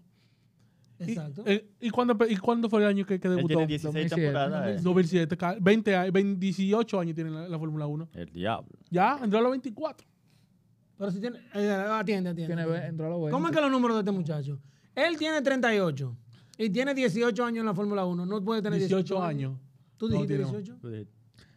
Y- Exacto. eh, ¿Y, cuándo, pe- ¿Y cuándo fue el año que, que Él debutó? tiene 16 2007. temporadas. eh. 2007, Carl. 20, a- 20, 18 años tiene la, la Fórmula 1. eh. El diablo. Ya, entró a los 24. Pero si tiene... eh, atiende, atiende. Tiene, ve- entró a los 20. ¿Cómo es que los números de este muchacho? Él tiene 38 y tiene 18 años en la Fórmula 1. No puede tener 18, 18 años. ¿Tú No, dijiste tiene- 18?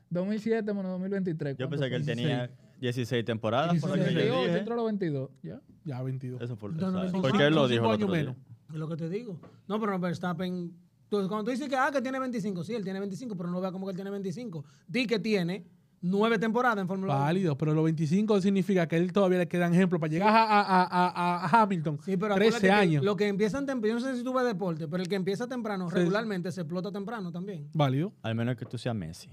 2007 menos 2023. Yo ¿cuánto pensé que él fue? tenía 16 temporadas. Por lo que 16, yo 18, dije. entró a los 22. ¿Ya? Ya, 22. Eso fue Entonces, exacto. no, Porque él lo son dijo cinco el otro años día. menos. Es lo que te digo. No, pero Verstappen. tú- cuando tú dices que, ah, que tiene 25, sí, él tiene 25, pero no vea como que él tiene 25. Di que tiene nueve temporadas en Fórmula 1. Válido, pero los 25 significa que él todavía le quedan ejemplos para llegar a, a- a- a- a Hamilton. Sí, pero acuérdate 13 que años. Lo que empiezan temprano, yo no sé si tú ves deporte, pero el que empieza temprano regularmente se explota temprano también. Válido. Al menos que tú seas Messi.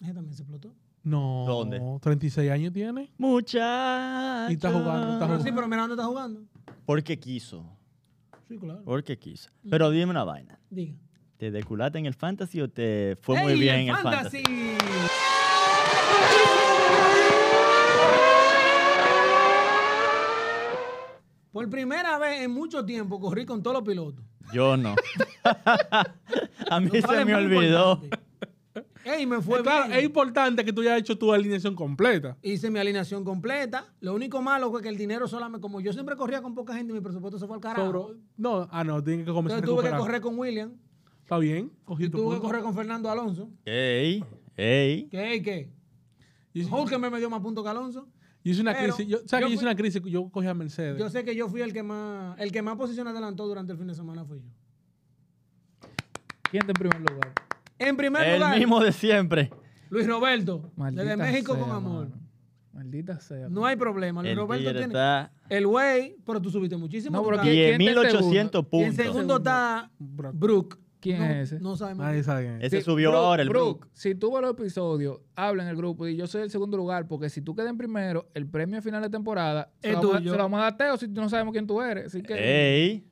Ese también se explotó. No. ¿Dónde? 36 años tiene. Muchacho. Y está jugando, Pero está jugando. sí, pero mira dónde está jugando. Porque quiso. Sí, claro. Porque quiso. Pero dime una vaina. Diga. ¿Te deculaste en el fantasy o te fue muy ¡Ey, bien el en el fantasy? fantasy! Por primera vez en mucho tiempo corrí con todos los pilotos. Yo no. a [LAUGHS] mí Lo cual se es me muy olvidó. importante. Ey, me fue Claro, es bien. importante que tú hayas hecho tu alineación completa. Hice mi alineación completa. Lo único malo fue que el dinero solamente, como yo siempre corría con poca gente, mi presupuesto se fue al carajo. Sobro- No, ah, no, tiene que comenzar Entonces a tuve que correr recuperar. con William. Está bien, cogí Y tu tuve que punto. correr con Fernando Alonso. Ey, ey. ¿Qué? ey, ¿Qué? Yo hice- Hulkenberg me dio más puntos que Alonso. Yo hice una Pero crisis. Yo, ¿Sabes yo que yo hice fui- una crisis? Yo cogí a Mercedes. Yo sé que yo fui el que más, el que más posición adelantó durante el fin de semana fui yo. ¿Quién está en primer lugar? En primer lugar, El mismo de siempre. Luis Roberto, desde México sea, con amor. mano. Maldita sea. No hay problema. Luis El Roberto tigre tiene. está El güey, pero tú subiste muchísimo. No, tú pero estás- ¿quién- está en 10.800 segundo? y en puntos. segundo está Brock. Brook. ¿Quién No- es ese? No sabemos. Nadie sabe quién es. Ese Sí, subió Brooke, ahora el Brooke, Brook. Si tú ves los episodios, habla en el grupo y yo soy el segundo lugar, porque si tú quedas en primero, el premio final de temporada se Es lo vamos a- tuyo. Eh. se lo vamos a dar a Teo si no sabemos quién tú eres. Así que Ey.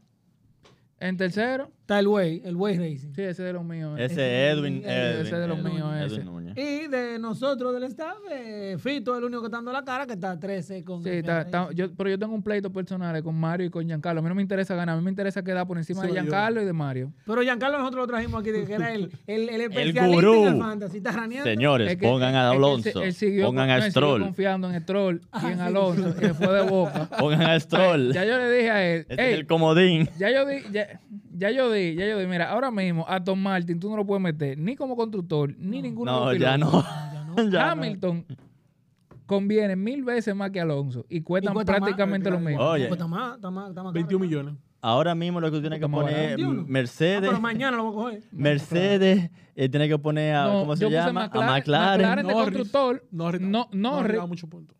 en tercero, Está el Way, el Way Racing. Sí, ese es de los míos. eh. Ese Edwin, Ese Edwin. es de los Edwin, míos, Edwin ese. Núñez. Y de nosotros, del staff, eh, Fito es el único que está dando la cara, que está 13 con... Sí, el Racing. está- está- yo- pero yo tengo un pleito personal con Mario y con Giancarlo. A mí no me interesa ganar, a mí me interesa quedar por encima Soy de yo. Giancarlo y de Mario. Pero Giancarlo nosotros lo trajimos aquí, de que era el, el, el especialista gurú. en el fantasy. Está raneando. Señores, Es que- pongan a es que él se- Alonso, él siguió pongan con- no, a él siguió Stroll, confiando en Stroll y en Ah, sí. Alonso, y le fue [LAUGHS] de boca. pongan [LAUGHS] a Stroll. Ya yo le dije a él, Este "Ey, es el comodín. ya yo di, ya, ya yo di, ya yo di, mira, ahora mismo a Tom Martin tú no lo puedes meter ni como constructor, ni ninguno de [LAUGHS] No, los ya pilotos. no. Ya no. [LAUGHS] Ya no. Hamilton conviene mil veces más que Alonso y cuestan cuesta más, prácticamente lo mismo. Oye, Pues está más, está más, está más 21 caro. millones. ahora mismo lo que tú tienes que Puta madre. poner ¿21? Ah, Mercedes. pero mañana lo voy a coger. Mercedes eh, tiene que poner a No, ¿cómo yo se puse llama? McLaren- a McLaren. McLaren. de constructor, Norris, no- Norris. Norris daba mucho punto.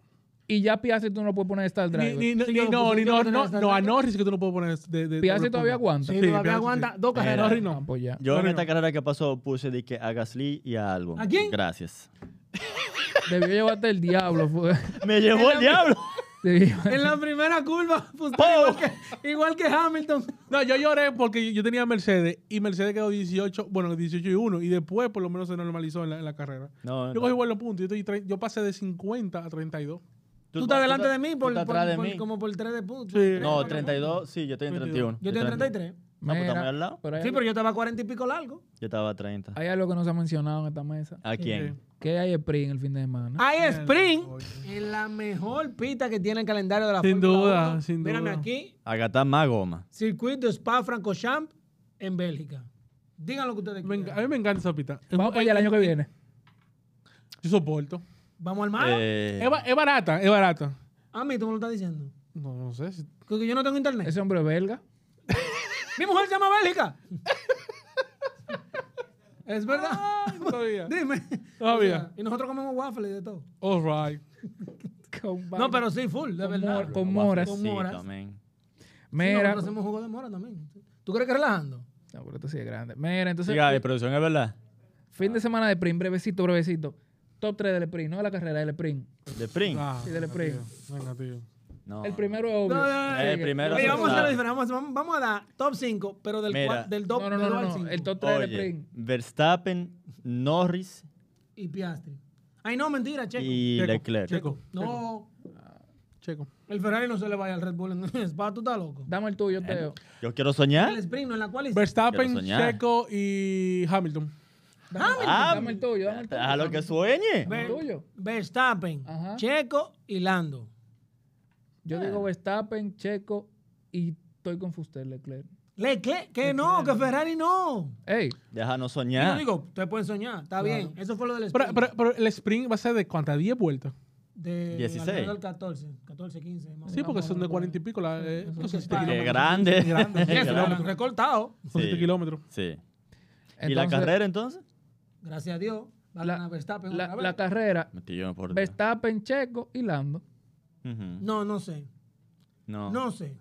Y ya Piastri tú no lo puedes poner Star Driver. Ni, ni, Sí, ni- yo lo no, puse, yo ni lo Norris, tenía no, hasta no, a atrás. Norris es que tú no puedes poner. De, de- Piastri doble todavía punto. aguanta. Sí, Sí, todavía Piastri, aguanta sí. dos Era- carreras. Norris no. Ah, pues ya. Yo en Norris esta no. carrera que pasó puse de que a Gasly y a Albon. ¿A quién? Gracias. [LAUGHS] Debió llevarte el diablo. Fue. [LAUGHS] Me llevó el diablo. Debió- En la primera curva, [LAUGHS] pues, ¡Pum! igual que Hamilton. No, yo lloré porque yo tenía Mercedes y Mercedes quedó 18, bueno, 18 y 1 y después por lo menos se normalizó en la, en la carrera. No, Yo no. cogí buenos puntos, yo, estoy tre- yo pasé de 50 a 32. Tú, estás delante de mí, tú por, estás por- atrás de por- mí. como por 3 de puntos. Sí. Tres, No, cuatro 32, sí, yo estoy en 31. puntos. Yo tengo 33. No, pues, estamos al lado. pero hay, Sí, pero yo estaba a 40 y pico largo. Yo estaba a 30. hay algo que no se ha mencionado en esta mesa. ¿A quién? Que hay sprint el fin de semana. Hay sprint oye. en la mejor pista que tiene el calendario de la Sin Fórmula duda, 1. sin Mírame duda. aquí, A gastar más goma. circuito Spa-Francorchamps en Bélgica. Digan lo que ustedes Me enc- quieran. a mí me encanta esa pita. Vamos para allá el año que viene. Yo soporto. Vamos al Ah, mar. Eh, Es, ba- es barata, es barata. A mí tú me lo estás diciendo. No, no sé. si- Porque yo no tengo internet. Ese hombre es belga. Mi mujer se llama [LAUGHS] Bélgica. es verdad. Ah. [LAUGHS] Todavía. Dime. Todavía. O sea, y nosotros comemos waffles y de todo. All right. Con No, pero sí, full, de Con verdad. mor- con guapecito, moras. moras. man. Sí, Mira. nosotros hacemos jugo de mora también. ¿Tú crees que relajando? No, pero esto sí es grande. Mira, entonces, Diga, de producción es verdad. fin de semana de sprint, brevecito, brevecito. Top 3 del sprint, no de la carrera, del sprint. De Spring. Ah, Sí, dele play. tío. Venga, tío. No. El primero es obvio. No, no, no, no. El primero Oye, es vamos a hacerlo verdad. diferente. Vamos, vamos- vamos a dar top 5, pero del, Mira. cua- del top No, no, no, no, no, El top 3 del Oye, sprint. Verstappen, Norris Y Piastri. Ay, no, mentira, Checo. y Checo, Leclerc. Checo. No, Checo. el Ferrari no se le vaya al Red Bull en el Spa, tú estás loco. Dame el tuyo, Teo. Yo quiero soñar. El sprint, no en la cual Verstappen, Quiero soñar. Checo y Hamilton. Ah, Dame el tuyo, dame el tuyo. A lo que sueñe. Dame el tuyo. Verstappen, Ajá. Checo y Lando. Yo Ah. digo Verstappen, Checo y estoy con Fuster Leclerc. Leclerc, que no, que Ferrari no. Ey, Déjanos Yo Ah. soñar. digo, ustedes pueden soñar, está bien. Eso fue lo del Pero, sprint. pero- pero el sprint va a ser de cuántas? 10 vueltas. de 16. alrededor del 14, 14, 15. más o Sí, menos. porque son de 40 y pico. La, eh, pues, Eso son [LAUGHS] 7 es para- Qué kilómetros. grande. Grande. Sí, [LAUGHS] eso lo han recortado. Son 7 Sí. kilómetros. Sí. ¿Y la entonces, carrera entonces? Gracias a Dios. Va a La- ganar Verstappen La, otra vez. la carrera, Metido por Dios. Verstappen, Checo y Lando. Ujú. No, no sé. No. No sé.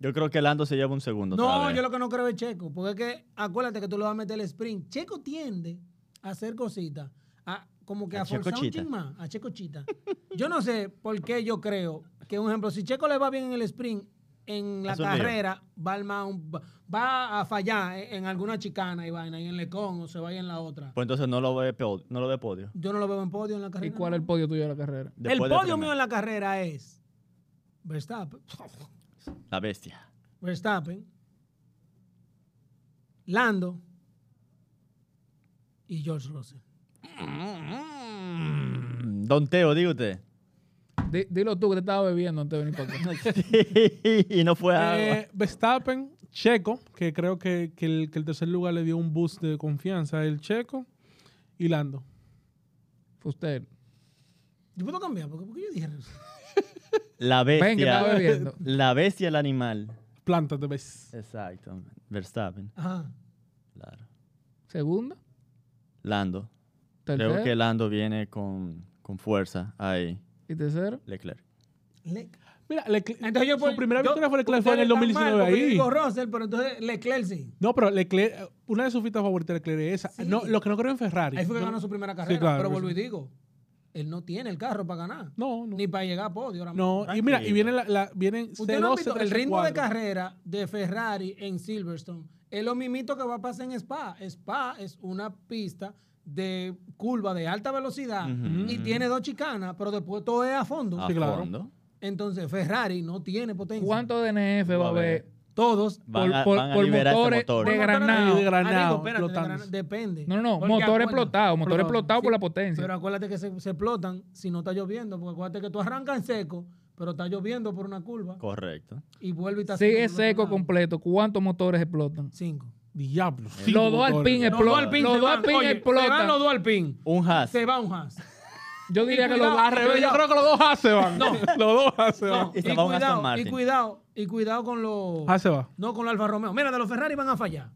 Yo creo que Lando se lleva un segundo. otra No, vez. yo lo que no creo es Checo. Porque es que acuérdate que tú le vas a meter el sprint. Checo tiende a hacer cositas. A, como que a, A forzar un Checochita. chin más. A Checo Chita. yo no sé por qué yo creo que, un ejemplo, si Checo le va bien en el sprint, en la Es un lío. carrera va, al más un- va a fallar en, en alguna chicana y vaina, y en Lecón o se vaya en la otra. Pues entonces no lo ve, po- no lo ve podio. Yo no lo veo en podio en la ¿Y carrera. cuál es el podio tuyo de la carrera? el Después del podio primer. mío en la carrera es Verstappen, La bestia. Verstappen, Lando y George Russell. Mm, Don Teo, diga usted. [LAUGHS] Di- dilo tú que te estaba bebiendo antes de venir para acá. y no fue agua. Eh, Verstappen, Checo, que creo que, que el, que el tercer lugar le dio un boost de confianza. El Checo y Lando. Fuster. Yo puedo cambiar, porque, porque yo dije Russell. La Ven, que estaba bestia. bebiendo. [LAUGHS] La bestia, el animal. Plántate, ves. Exacto. Verstappen. Ajá. Claro. Segundo, Lando. tercero Creo que Lando viene con, con fuerza ahí. y tercero. Leclerc. Le- Mira, Leclerc- entonces yo su pues, primera yo- victoria fue Leclerc fue en el ustedes están mal, 2019 porque yo ahí. digo Russell, pero entonces Leclerc sí. No, pero Leclerc, una de sus fitas favoritas de Leclerc es esa. Sí. No, lo que no creo en Ferrari. Ahí fue que Yo- ganó su primera carrera, claro, pero que vuelvo sí. y digo. él no tiene el carro para ganar. No, no. Ni para llegar a podio. ahora mismo. No, y mira, y viene la, la- vienen Usted no ha C12, visto el 13, ritmo de 4. carrera de Ferrari en Silverstone. Es lo mismito que va a pasar en Spa. Spa es una pista de curva de alta velocidad Ujú. y tiene dos chicanas, pero después todo es a fondo. A Sí, claro. fondo. Entonces Ferrari no tiene potencia. ¿Cuánto DNF va a haber? Todos. Van Por- a, por- van a por liberar este motores motor. de Bueno, granado. pero- De granado, Ah, digo, espérate, de explotando. granado, depende. No, no, no. Porque Motor acuérdate- explotado. Motor Explotado. explotado por Sí, la potencia. Pero acuérdate que se, se explotan si no está lloviendo, porque acuérdate que tú arrancas en seco, pero está lloviendo por una curva Correcto. y vuelve y está si seco por es seco otro lado. completo, ¿cuántos motores explotan? Cinco. Diablo. cinco Los dos motores. alpines Los Los dos dos explotan. alpin Los se dos van. Oye, alpines Se van los explotan. dos alpin. Un Haas. Se va un [LAUGHS] Haas. Yo diría Y que los dos cuidado, Al revés, yo Cuidado. creo que los dos A se van. No. Los dos A se van. No, Y y, se va un Aston cuidado, y Martin. cuidado, y cuidado con los. A se va. No con los Alfa Romeo. Mira, de los Ferrari van a fallar.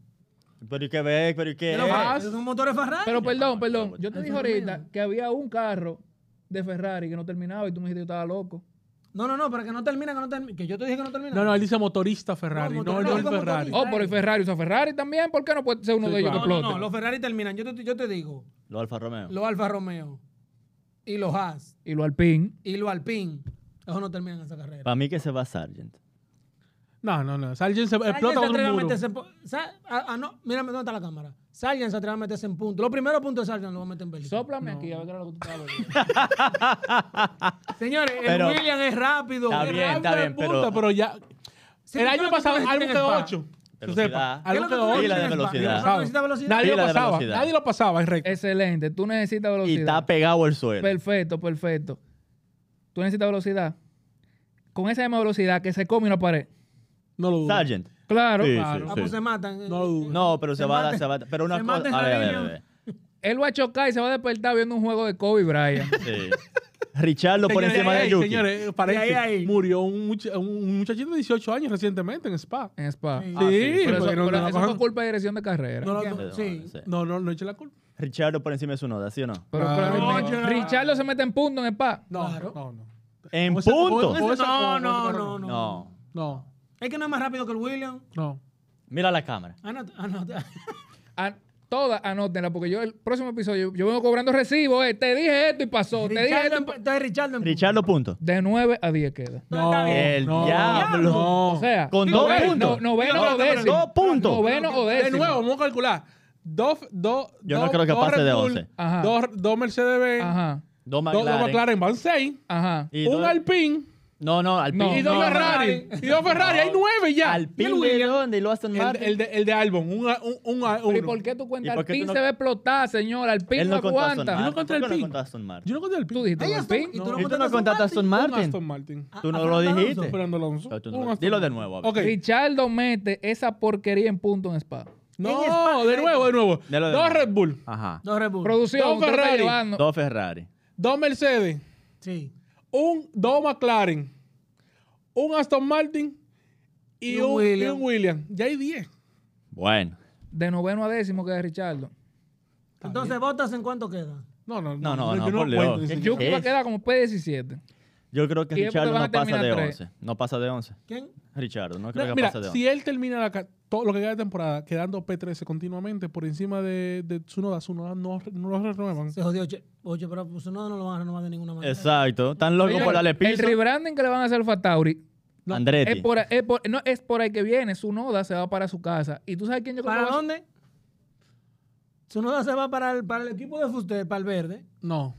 Pero y qué ve, pero y qué. De los es? Ferrari, son motores Ferrari. Pero perdón, no, perdón. no, Yo te eso dije no es ahorita mío. que había un carro de Ferrari que no terminaba y tú me dijiste que yo estaba loco. no, no, no, pero que no termina, que no termina. Que yo te dije que no termina. No, no, él dice motorista Ferrari, No, no, motorista, no el motorista. Ferrari. Oh, pero el Ferrari usa Ferrari también. ¿Por qué no puede ser uno Sí, de ellos no, que no, explote? no, los Ferrari terminan. Yo te, yo te digo, Los Alfa Romeo. los Alfa Romeo y los Haas Y los Alpine. y los Alpine, esos no terminan esa carrera. Para mí que se va Sargent. No, no, no. Sargent se Sargent se explota con atreve a un muro. meterse en pu- Sa- ah, ah, no, mírame dónde está la cámara. Sargent se atreve a meterse en punto. Los primeros puntos de Sargent los va a meter en película. Sóplame aquí a ver qué era lo que tú estabas viendo. [LAUGHS] Señores, el Pero- William es rápido. Está Es bien, rápido. está bien, Puta, pero. pero ya. Sí, el yo año creo que pasado tú ves alguien en quedó Spa. 8. Que Velocidad. sepa. ¿Qué es Alguien lo que tú quedó ves Y en la ocho. de Spa? velocidad. ¿Qué es lo que tú ves en velocidad? Nadie Pila lo de pasaba. velocidad. Nadie lo pasaba, es recto. Excelente. Tú necesitas Y velocidad. está pegado al suelo. Perfecto, perfecto. Tú necesitas velocidad. Con esa misma velocidad que se come una pared. No lo dudo. Sargent. Claro. Sí, claro. Ah, sí, pues sí. se matan. No lo dudo. No, pero se, va a dar, mata- se va a dar. Pero una se cosa. mata A ver, a ver, a Sargent. ver. Él va a chocar y se va a despertar viendo un juego de Kobe Bryant. Sí. Richard lo pone Señores, encima ey, de Yuki. Señores, parece ahí, ahí. murió un, much- un muchachito de 18 años recientemente en Spa. En Spa. Sí. Sí, Ah, Pero eso, porque no, pero no la eso fue cojan- culpa de dirección de carrera. no, la- Porque- Sí. no, no, no eche la culpa. Richard lo pone encima de su noda, ¿sí o no? Pero, Claro. pero- Oye. Richardo se mete en punto en Spa. No, Claro. no, no. En O sea, punto. o- o- esa- No, no, otra no, cosa. no. No. No, Es que no es más rápido que el William. no. Mira la cámara. Anota, anota. A- todas anótenla, porque yo el próximo episodio, yo vengo cobrando recibo, eh, te dije esto y pasó, te dije Richardo esto. y en- pa- Entonces, Richardo en Richard lo punto. De 9 a 10 queda. No, está bien. El no, diablo. no. O sea, Con no- dos no- puntos. noveno Digo, no, o no, pero décimo. dos puntos. Noveno o De décimo. nuevo, vamos a calcular. Dos, dos, Yo no dos- creo que dos pase Red de Bull, 11. Ajá. Dos, dos Mercedes-Benz, Ajá. Dos dos, dos McLaren. McLaren, van seis. Ajá. Y un dos- Alpine No, no, No, Alpine. y dos no, Ferrari. Y dos Ferrari, hay nueve ya. Alpine Y el de Williams. dónde y lo hacen El, Martin. el de, el de Albon, un, un, un, Pero ¿Y uno. por qué tú cuentas ¿Y al por qué pin tú no- se va a explotar, señor? Al pin Él no no contó a Aston aguanta. Martin. contra ¿Por el qué no Pin? contó a Aston Martin? Yo no conté el Tú Pin. dijiste Ahí al está. pin. Y tú no ¿Y tú no contaste contaste a Aston Un Martin? Aston Martin. Tú Ah, no lo Fernando Alonso. dijiste. Fernando Alonso. Pero tú Un no- Aston Dilo de Martin. nuevo. a ver. Ok. Richardo mete esa porquería en punto en Spa. En España, No, de nuevo, de nuevo. Dilo de Dos nuevo. Red Bull, Ajá. Dos Red Bull. Producción, Dos usted lo está Ferrari. llevando. Dos Ferrari. dos Mercedes, Sí. un, dos McLaren, un Aston Martin y, Y un un, Williams. y un Williams. Ya hay diez. Bueno. De noveno a décimo queda Richardo. Entonces, ¿votas en cuánto queda? No, no, no. No, no, no, yo por Dios. cuento ese ¿Qué- señor. Yuki va a Es- quedar como P17. Yo creo que Y es porque Richard van a no pasa terminar de tres. 11. No pasa de 11. ¿Quién? Richard, no creo No, que Mira, pase de 11. si él termina la ca- todo lo que queda de temporada quedando P13 continuamente por encima de, de Tsunoda, Tsunoda no, no lo renuevan. Se jodió. Oye, oye pero pues, no, no lo van a renovar de ninguna manera. Exacto. Tan loco Señores, por darle el piso. rebranding que le van a hacer al Fatauri No, Andretti. es por, es, por, no, es por ahí que viene. Su noda se va para su casa. ¿Y tú sabes quién yo creo que ¿Para va a- dónde? Su noda se va para el, para el equipo de Fuster, para el verde. No.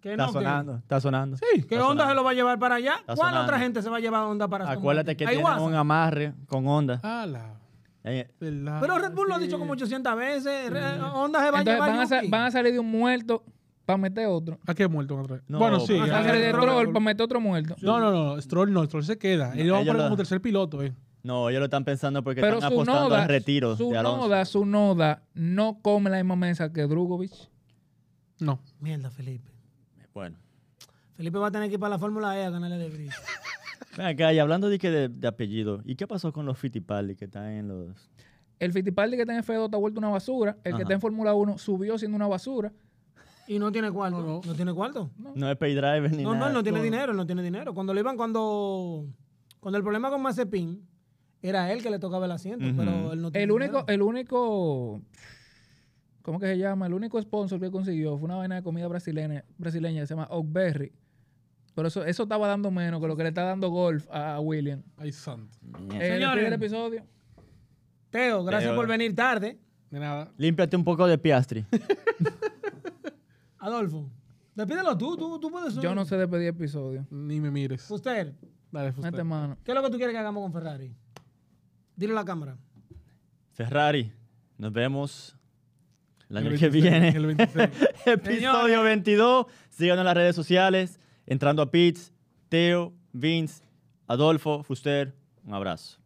Que Está no, que- sonando, está sonando. Sí. ¿Qué onda se lo va a llevar para allá? Está ¿Cuál sonando. otra gente se va a llevar onda para Aston Acuérdate que Martin? tiene Aiguaza. un amarre con Honda. A la Eh, verdad. Pero Red Bull lo ha dicho como 800 veces. Re- Honda se va Entonces a llevar van a, sa- Yuki. van a salir de un muerto para meter otro. ¿A qué muerto van a traer? No, bueno, sí. van a ya. traer Sangre de Stroll. troll para meter otro muerto. No, no, no. Stroll no. Stroll se queda. Ellos van a ellos poner lo- como tercer piloto, eh. No, ellos lo están pensando porque Pero están su apostando noda, al retiro su de Alonso. noda, su noda no come la misma mesa que Drugovic. No. Mierda, Felipe. Bueno. Felipe va a tener que ir para la Fórmula E a ganarle de brillo. Ven acá, y hablando de, que de, de apellido, ¿y qué pasó con los Fittipaldi que están en los... El Fittipaldi que está en F2 está vuelto una basura. El Ajá. que está en Fórmula 1 subió siendo una basura. Y no tiene cuarto. No, no. tiene cuarto. No es Paydriver ni No, no, nada. él no tiene no. dinero, él no tiene dinero. Cuando le iban, cuando, cuando el problema con Mazepin era él que le tocaba el asiento, Ujú. pero él no tiene El único, dinero. el único ¿Cómo que se llama? El único sponsor que consiguió fue una vaina de comida brasileña, brasileña que se llama Oakberry. Pero eso, eso estaba dando menos que lo que le está dando golf a, a William. Ay, santo. Mierda. En el Señores. primer episodio. Teo, gracias Teo. por venir tarde. De nada. Límpiate un poco de [LAUGHS] piastri. Adolfo, despídelo tú, tú, tú puedes. Yo no sé despedir episodio. Ni me mires. Usted, Dale, Fuster. Mete mano. ¿qué es lo que tú quieres que hagamos con Ferrari? Dile a la cámara. Ferrari, nos vemos el año El que 26, viene. El 26. [LAUGHS] Episodio 22. Síganos en las redes sociales. Entrando a Pits, Teo, Vince, Adolfo, Fuster. Un abrazo.